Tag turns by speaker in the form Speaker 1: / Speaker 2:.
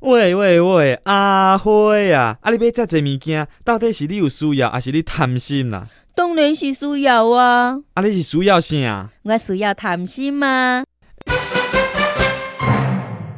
Speaker 1: 喂喂喂，阿辉啊，啊你买遮侪物件，到底是你有需要，还是你贪心啦、
Speaker 2: 当然是需要啊，
Speaker 1: 啊？你是需要啥？
Speaker 2: 我需要贪心啊。